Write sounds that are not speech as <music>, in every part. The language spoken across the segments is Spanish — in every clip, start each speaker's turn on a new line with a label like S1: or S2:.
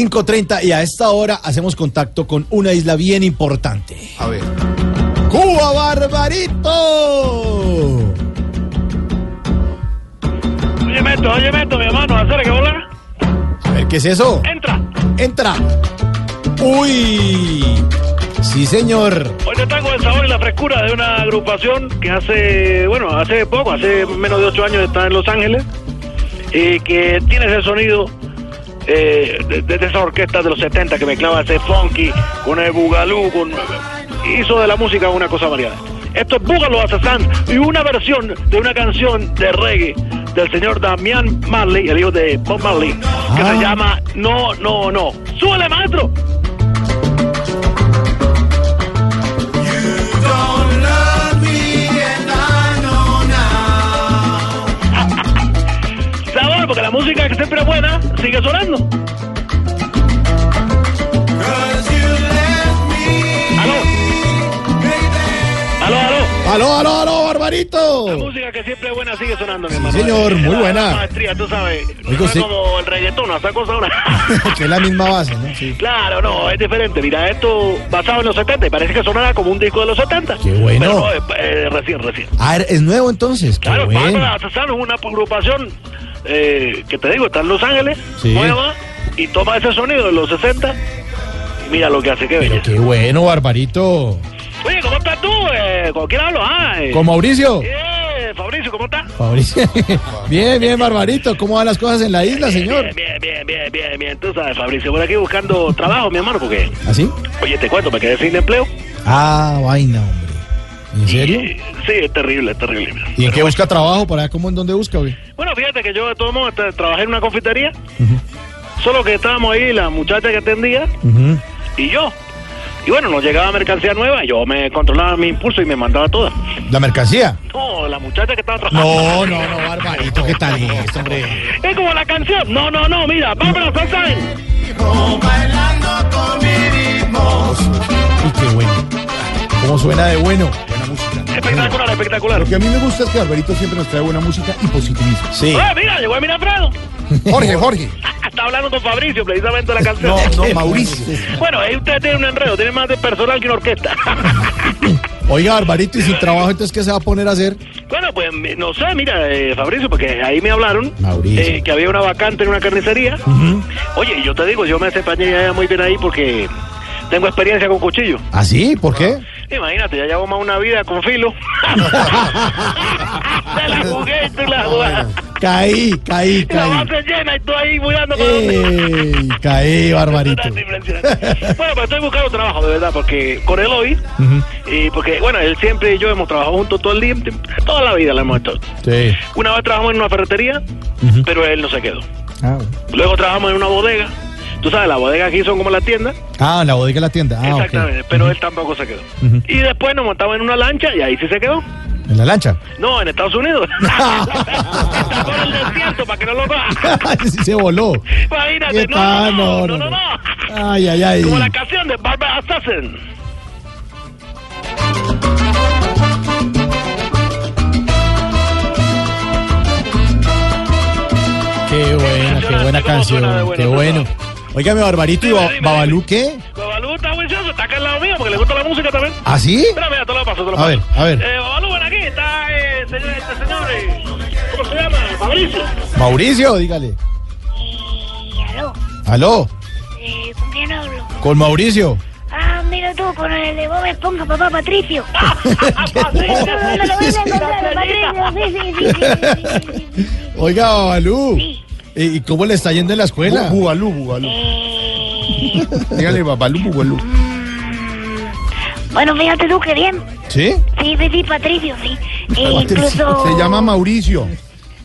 S1: 5.30 y a esta hora hacemos contacto con una isla bien importante.
S2: A ver.
S1: ¡Cuba Barbarito!
S3: Oye, esto, oye, esto, mi hermano, hacer que hola.
S1: A ver, ¿qué es eso?
S3: Entra.
S1: Entra. Uy. Sí, señor.
S3: Hoy te traigo el sabor y la frescura de una agrupación que hace, bueno, hace poco, hace menos de ocho años está en Los Ángeles y que tiene ese sonido eh, de, de esa orquesta de los 70 que mezclaba ese funky con el bugalú, con, hizo de la música una cosa variada. Esto es Boogaloo Assassin y una versión de una canción de reggae del señor Damián Marley, el hijo de Bob Marley, que
S1: Ah.
S3: se llama No, No, No. ¡Súbele, maestro! Sabor, porque la música que siempre es buena sigue sonando. Aló. Aló, aló.
S1: ¡Aló, aló, aló, Barbarito! <laughs>
S3: La música que siempre es buena sigue sonando, mi hermano.
S1: señor,
S3: Es
S1: muy
S3: la
S1: buena.
S3: Maestría, tú sabes. No
S1: Oigo,
S3: es
S1: sí.
S3: como el reggaetón, esa
S1: <laughs>
S3: cosa ahora.
S1: que es la misma base, ¿no? Sí.
S3: Claro, no, es diferente. Mira, esto basado en los 70 y parece que sonaba como un disco de los 70.
S1: Qué bueno.
S3: Pero no, es- eh, recién, recién.
S1: Ah, ¿es nuevo entonces? Qué
S3: Claro,
S1: bueno.
S3: Bárbara Sasano es una agrupación eh, que te digo, está en Los Ángeles,
S1: Sí.
S3: nueva, y toma ese sonido de los 60. Y mira lo que hace, qué
S1: Pero
S3: bella.
S1: qué bueno, Barbarito.
S3: Oye, ¿cómo estás tú? Eh, ¿Con quién hablo? Ah, eh,
S1: ¿Con Mauricio?
S3: eh, Fabricio, ¿cómo estás?
S1: Mauricio. <laughs> bien, bien, Barbarito. ¿Cómo van las cosas en la isla, señor?
S3: Bien, bien, bien, bien, bien, bien. Tú sabes, Fabricio, por aquí buscando trabajo, mi hermano, porque,
S1: ¿Así?
S3: oye, te cuento, me quedé sin empleo.
S1: Ah, vaina, hombre. ¿En serio?
S3: Y, sí, es terrible, es terrible. mira.
S1: ¿Y en qué busca trabajo? ¿Para cómo en dónde busca, güey?
S3: Bueno, fíjate que yo de todos modos hasta trabajé en una confitería. Solo que estábamos ahí, la muchacha que atendía y yo. Y bueno, nos llegaba mercancía nueva y yo me controlaba mi impulso y me mandaba toda.
S1: ¿La mercancía?
S3: No, la muchacha que estaba trabajando.
S1: No, no, no, Barbarito, ¿qué tal es, hombre?
S3: Es como la canción. No, no, no, mira, vámonos, Sunshine.
S1: Y qué bueno. ¿Cómo suena de bueno? Buena música.
S3: Espectacular, espectacular.
S4: Lo que a mí me gusta es que Barbarito siempre nos trae buena música y positivismo.
S1: Sí.
S3: Ah, mira, llegó Emilio Prado.
S4: Jorge, Jorge.
S3: <laughs> Está hablando con Fabricio precisamente de la canción.
S4: Mauricio.
S3: Bueno, ahí ustedes tienen un enredo, tienen más de personal que una orquesta. <laughs>
S1: Oiga, Barbarito, y sin trabajo, entonces, ¿qué se va a poner a hacer?
S3: Bueno, pues mi- no sé, mira, eh, Fabricio, porque ahí me hablaron
S1: Mauricio.
S3: eh, que había una vacante en una carnicería. Oye, y yo te digo, yo me desempeñé muy bien ahí porque tengo experiencia con cuchillo.
S1: ¿Ah, sí? ¿Por qué?
S3: <laughs> Imagínate, ya llevo más una vida con filo. <laughs> te la jugué y tú la jugaste.
S1: Caí, caí,
S3: La
S1: caí.
S3: base llena y tú ahí mirando para
S1: Eh,
S3: dónde.
S1: ¡Ey! Caí, Barbarito.
S3: Impresionante, impresionante. Bueno, pues estoy buscando trabajo, de verdad, porque con él hoy,
S1: Ujú.
S3: y porque, bueno, él siempre y yo hemos trabajado juntos todo el día, toda la vida la hemos hecho.
S1: Sí.
S3: Una vez trabajamos en una ferretería,
S1: Ujú.
S3: pero él no se quedó.
S1: Ah,
S3: Luego trabajamos en una bodega. Tú sabes, las bodegas aquí son como la tienda.
S1: ah, la bodega de la tienda. Ah, ok.
S3: Exactamente, pero él tampoco se quedó.
S1: Ujú.
S3: Y después nos montamos en una lancha y ahí sí se quedó.
S1: En la lancha. <laughs>
S3: No, en Estados Unidos. <laughs> Está por el desierto para que no
S1: <laughs>
S3: lo coja.
S1: sí, se voló.
S3: Imagínate, no,
S1: Epa,
S3: no, no, no, no,
S1: Ay, ay, ay.
S3: Como la canción de Barbara Assassin.
S1: Qué buena, qué buena
S3: Impresionante, cómo suena de
S1: canción.
S3: bueno,
S1: Qué
S3: ¿no?
S1: bueno. Óigame, Barbarito, ¿y
S3: Dime,
S1: Ba-
S3: dime,
S1: Babalú
S3: dime.
S1: qué?
S3: Babalú está juicioso, está acá al lado mío porque le gusta la música también.
S1: ¿Ah, sí?
S3: Mira, mira, te lo paso, te lo
S1: A
S3: paso.
S1: ver, a ver.
S3: Eh, Babalú, ven aquí, está eh, señor, este señor, eh, ¿cómo se llama?
S1: <laughs>
S3: Fabricio.
S1: Mauricio, dígale.
S5: Y aló,
S1: Aló,
S5: eh, ¿con quién hablo?
S1: con Mauricio.
S5: Ah, mira tú, con el de Bob Esponja, papá Patricio.
S3: Ah, Fabricio.
S1: Oiga, Babalú.
S5: Sí.
S1: ¿Y y cómo le está yendo en la escuela?
S4: Bugalú, bugalú.
S5: Eh,
S4: Dígale, babalú, bugalú.
S5: mm, Bueno, fíjate tú que bien.
S1: ¿Sí?
S5: Sí, sí, sí, Patricio, sí. E incluso.
S4: Se llama Mauricio.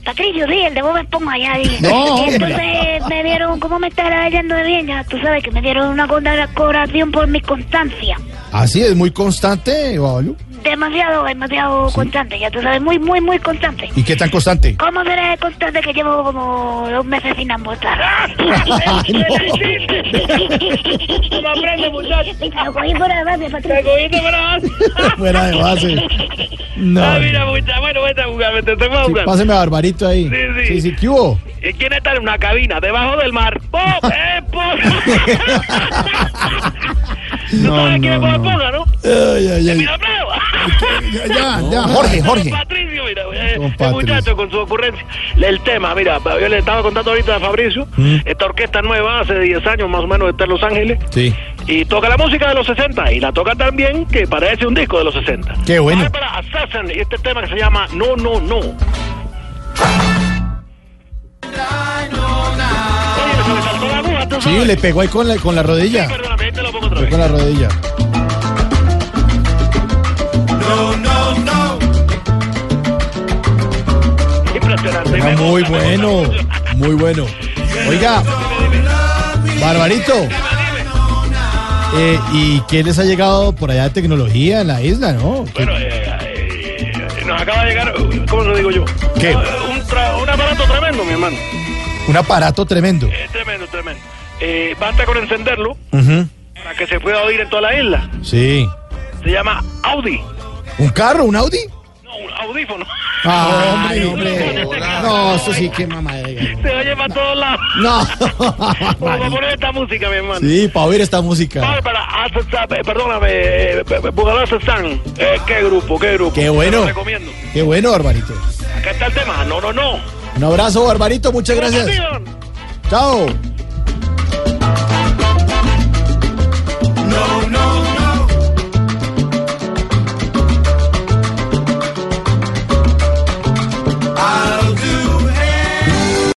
S5: Patricio, sí, el de Bob Esponja, ya dije.
S1: No, hombre.
S5: Entonces me dieron, ¿cómo me estará yendo de bien? Ya tú sabes que me dieron una contra- cobración por mi constancia.
S1: Así ¿Ah, es, muy constante, Babalú.
S5: Demasiado, demasiado constante, ya tú sabes, muy, muy, muy constante.
S1: ¿Y qué tan constante?
S5: ¿Cómo será de constante que llevo como dos meses sin almorzar?
S3: Ah, <laughs>
S5: <laughs>
S3: Ay, no.
S5: ¿Cómo aprende, muchacho? Lo cogí por la base,
S3: Te
S5: Patricio.
S3: cogiste para
S1: <laughs> Fuera de base. No.
S3: Ah, mira, muchacho, bueno, vete a jugar, vete, te voy a
S1: Sí,
S3: jugar.
S1: páseme a Barbarito ahí.
S3: Sí, sí.
S1: Sí, sí, ¿qué hubo? <laughs>
S3: ¿Y quién está en una cabina? Debajo del mar. ¡Pop! ¡Eh, pop! No, sabes quién es
S4: no,
S3: Bob
S4: no.
S3: Esponja, ¿no?
S1: Ay, ay, ay.
S3: Mira, bravo.
S4: Ya, ya, ya.
S1: Eh,
S2: Jorge, Jorge.
S3: Patricio, mira, eh,
S4: Don
S3: el
S4: Patricio.
S3: muchacho con su ocurrencia. El tema, mira, yo le estaba contando ahorita a Fabricio, esta orquesta nueva hace 10 años más o menos está en Los Ángeles
S1: Sí.
S3: y toca la música de los 60 y la toca tan bien que parece un disco de los 60.
S4: Qué bueno.
S3: Bárbara Streisand y este tema que se llama No, No, No. Oye, se me saltó la aguja, tú
S1: Sí,
S3: sabes.
S1: le pegó ahí con la, con la rodilla.
S3: Perdóname, ahí te lo pongo otra
S1: Fue
S3: vez.
S1: con la rodilla.
S3: Impresionante.
S1: Ah,
S3: me
S1: muy
S3: gusta, me
S1: bueno,
S3: gusta mucho.
S1: muy bueno. Oiga, Barbarito, eh, ¿y qué les ha llegado por allá de tecnología en la isla, no? ¿Qué-
S3: Bueno, eh, eh, nos acaba de llegar, ¿cómo lo digo yo? Ah,
S1: ¿Qué?
S3: Un, tra- un aparato tremendo, mi hermano.
S1: Un aparato tremendo.
S3: Eh, tremendo, tremendo. Eh, basta con encenderlo
S1: Ujú,
S3: para que se pueda oír en toda la isla.
S1: Sí.
S3: Se llama Audi.
S1: ¿Un carro, un Audi?
S3: No, un audífono.
S1: Ah,
S4: Ay,
S1: hombre, hombre. No, eso sí, qué mamadera.
S3: <laughs> Se oye para todos
S1: <laughs>
S3: lados.
S1: No.
S3: Vamos a poner esta música, mi hermano.
S1: Sí, para oír esta música.
S3: Bárbara, Azazap, eh, perdóname, eh, Bugalá Azazán. Eh, qué grupo, qué grupo.
S1: Qué bueno.
S3: Te lo recomiendo.
S1: Qué bueno, Barbarito.
S3: Acá está el tema. No, no, no.
S1: Un abrazo, Barbarito, muchas gracias.
S3: Competición.
S1: Chao.